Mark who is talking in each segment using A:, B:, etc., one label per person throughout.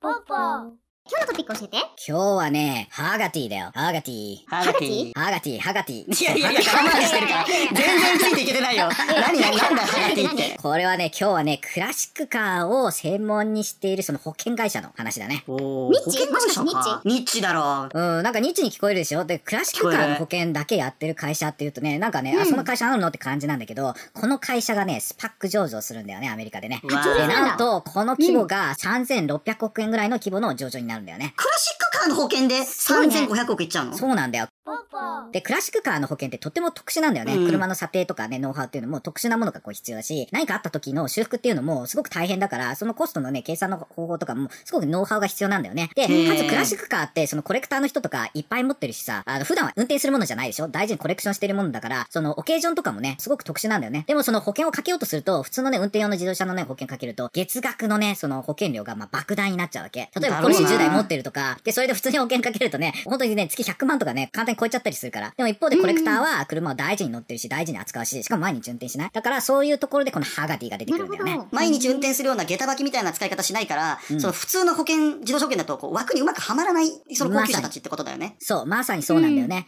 A: ポッポ今日のトピック教えて
B: 今日はね、ハーガティだよ。ハーガティ。
C: ハガティ
B: ハーガティ、ハーガティ。
C: いやいやいや、我慢してるから。全然ついていけてないよ。何何なんだ、ハガティって。
B: これはね、今日はね、クラシックカーを専門にしているその保険会社の話だね。
C: お
A: ニッチもしかしてニッチ
C: ニッチだろう。
B: うん、なんかニッチに聞こえるでしょで、クラシックカーの保険だけやってる会社っていうとね、なんかね、あ、その会社なのって感じなんだけど、この会社がね、スパック上場するんだよね、アメリカでね。
C: うわ
B: で、
C: ー
B: なんと、この規模が3600億円ぐらいの規模の上場になるんだよね。
C: クラシックカーの保険で
A: ごいね
C: 3500億いっちゃうの
B: そうなんだよ。
A: ポッポ
B: で、クラシックカーの保険ってとっても特殊なんだよね。
C: うん
B: 車の査定とかね、ノウハウっていうのも特殊なものがこう必要だし、何かあった時の修復っていうのもすごく大変だから、そのコストのね、計算の方法とかもすごくノウハウが必要なんだよね。で、
C: へー
B: かつクラシックカーってそのコレクターの人とかいっぱい持ってるしさ、あの、普段は運転するものじゃないでしょ大事にコレクションしてるものだから、そのオケージョンとかもね、すごく特殊なんだよね。でもその保険をかけようとすると、普通のね、運転用の自動車のね、保険かけると、月額のね、その保険料がまあ莫大になっちゃうわけ。例えば
C: だ
B: ポ
C: ろう
B: ル
C: な
B: シェ10台持ってるとか、で、それで普通に保険かけるとね、本当にね、月100万とかね、簡単に超えちゃったりするから。でも一方でコレクターは車を大事に乗ってるし、大事に扱うし、しかも毎日運転しない。だからそういうところでこのハガティが出て
A: な
B: くる
A: る
B: んだ
A: ほ
B: よ
A: ど
B: ね。
C: 毎日運転するような下駄履きみたいな使い方しないから、その普通の保険、自動車保険だとこう枠にうまくはまらない、その高級車たちってことだよね。
B: そう、まさにそうなんだよね。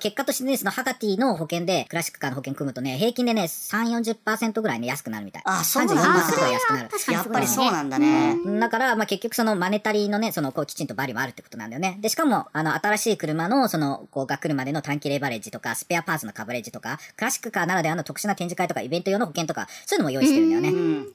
B: 結果としてね、そのハガティの保険で、クラシックカーの保険組むとね、平均でね、3、40%ぐらいね、安くなるみたい。
C: あそうなんだ
B: 34%ぐらい安くなる。
A: 確かに
C: やっ
A: すごいね
C: ぱりそうなんだね。
B: だから、まあ、結局そのマネタリーのね、その、こう、きちんとバリもあるってことなんだよね。で、しかも、あの、新しい車の、その、こう、が来るまでの短期レバレッジとか、スペアパーツのカバレッジとか、クラシックカーならではの特殊な展示会とか、イベント用の保険とか、そういうのも用意してるんだよ
C: う
B: ね。
C: ん。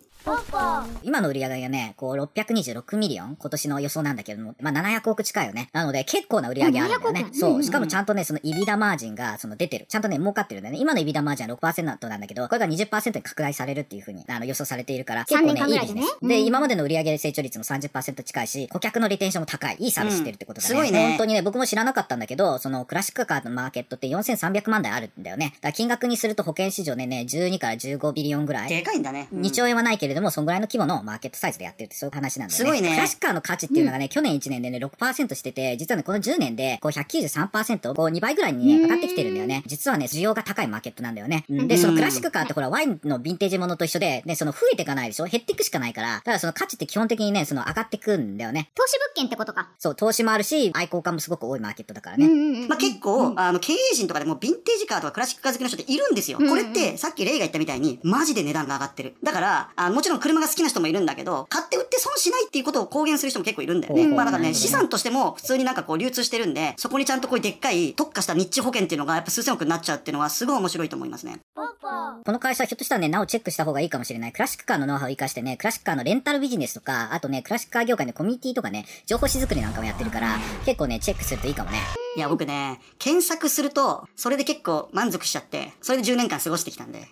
B: 今の売り上げがね、こう、626ミリオン、今年の予想なんだけれども、まあ、700億近いよね。なので、結構な売り上げあるんだ
A: 700
B: よね。
A: 億
B: そう。しかもちゃんとね、その、イビダマージンが、その、出てる。ちゃんとね、儲かってるんだよね。今のイビダマージンは6%なんだけど、これが20%に拡大されるっていうふうに、あの、予想されているから、結構
A: 三年間
B: ね、い
A: ぐら
B: いビ
A: いで
B: ジ
A: ね
B: ネス。
A: うん
B: で、今までの売上成長率も30%近いし、顧客のリテンションも高い、いいサービスしてるってことだね。
C: うんすごいね
B: 本当にね、僕も知らなかったんだけど、そのクラシックカーのマーケットって4300万台あるんだよね。だから金額にすると保険市場でね、12から15ビリオンぐらい。
C: でかいんだね。うん
B: 2兆円はないけれども、そんぐらいの規模のマーケットサイズでやってるってそういう話なんだよね。
C: すごいね
B: クラシックカーの価値っていうのがね、去年1年でね、6%してて、実はね、この10年で、こう193%、こう2倍ぐらいにね、上がってきてるんだよね。実はね、需要が高いマーケットなんだよね。で、そのクラシックカーってほら、ワインのヴィンテージものと一緒で、ね、その増えていかないでしょ減っていくしかないから、だからその価値って基本的にね、その上がってくんだよね。
A: 投資物件ってことか
B: そう、投資もあるし、愛好家もすごく多いマーケットだから
A: うん
B: ね。
A: うんうん
C: まあ、結構、あの、経営陣とかでもヴィンテージカーとかクラシックカー好きの人っているんですよ。
A: うんうん
C: これって、さっきレイが言ったみたいに、マジで値段が上がってる。だから、あもちろん車が好きな人もいるんだけど、買って売って損しないっていうことを公言する人も結構いるんだよね。
B: うんうん
C: まあ、だから
B: う
C: ね、
B: ん
C: 資産としても普通になんかこう流通してるんで、そこにちゃんとこういうでっかい特化したニッチ保険っていうのがやっぱ数千億になっちゃうっていうのはすごい面白いと思いますね。
B: この会社はひょっとしたらね、なおチェックした方がいいかもしれない。クラシックカーのノウハウを活かしてね、クラシックカーのレンタルビジネスとか、あとね、クラシックカー業界のコミュニティとかね、情報誌作りなんかもやってるから、結構ね、チェックするといいかもね。
C: いや、僕ね、検索すると、それで結構満足しちゃって、それで10年間過ごしてきたんで。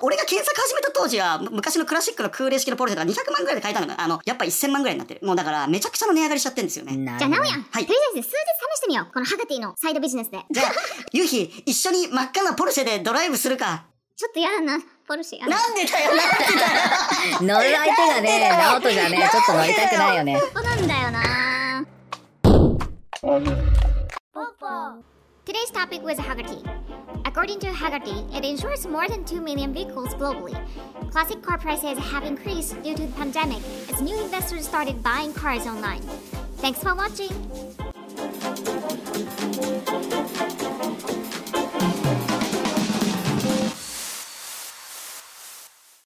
C: 俺が検索始めた当時は、む昔のクラシックの空冷式のポルシェとか200万ぐらいで買えたのが、あの、やっぱ1000万ぐらいになってる。もうだから、めちゃくちゃの値上がりしちゃってるんですよね。
B: な
A: じゃあ
B: るほ
A: なお
B: どね
A: やん、
C: は
A: はいい、とりあえず数日試してみようこのハガティのサイドビジネスで
C: じゃあ、ゆうひ、一緒に真っ赤なポルシェでドライブするか。
A: ちょっと嫌だなポルシェやだ
C: なんでだよ、なんでだよ。
B: 乗る相手がね、ナオトじゃね、ちょっと乗りたくないよね。
A: ここなんだよなポポ Today's topic was Haggerty. According to Haggerty, it insures more than 2 million vehicles globally. Classic car prices have increased due to the pandemic as new investors started buying cars online. Thanks for watching!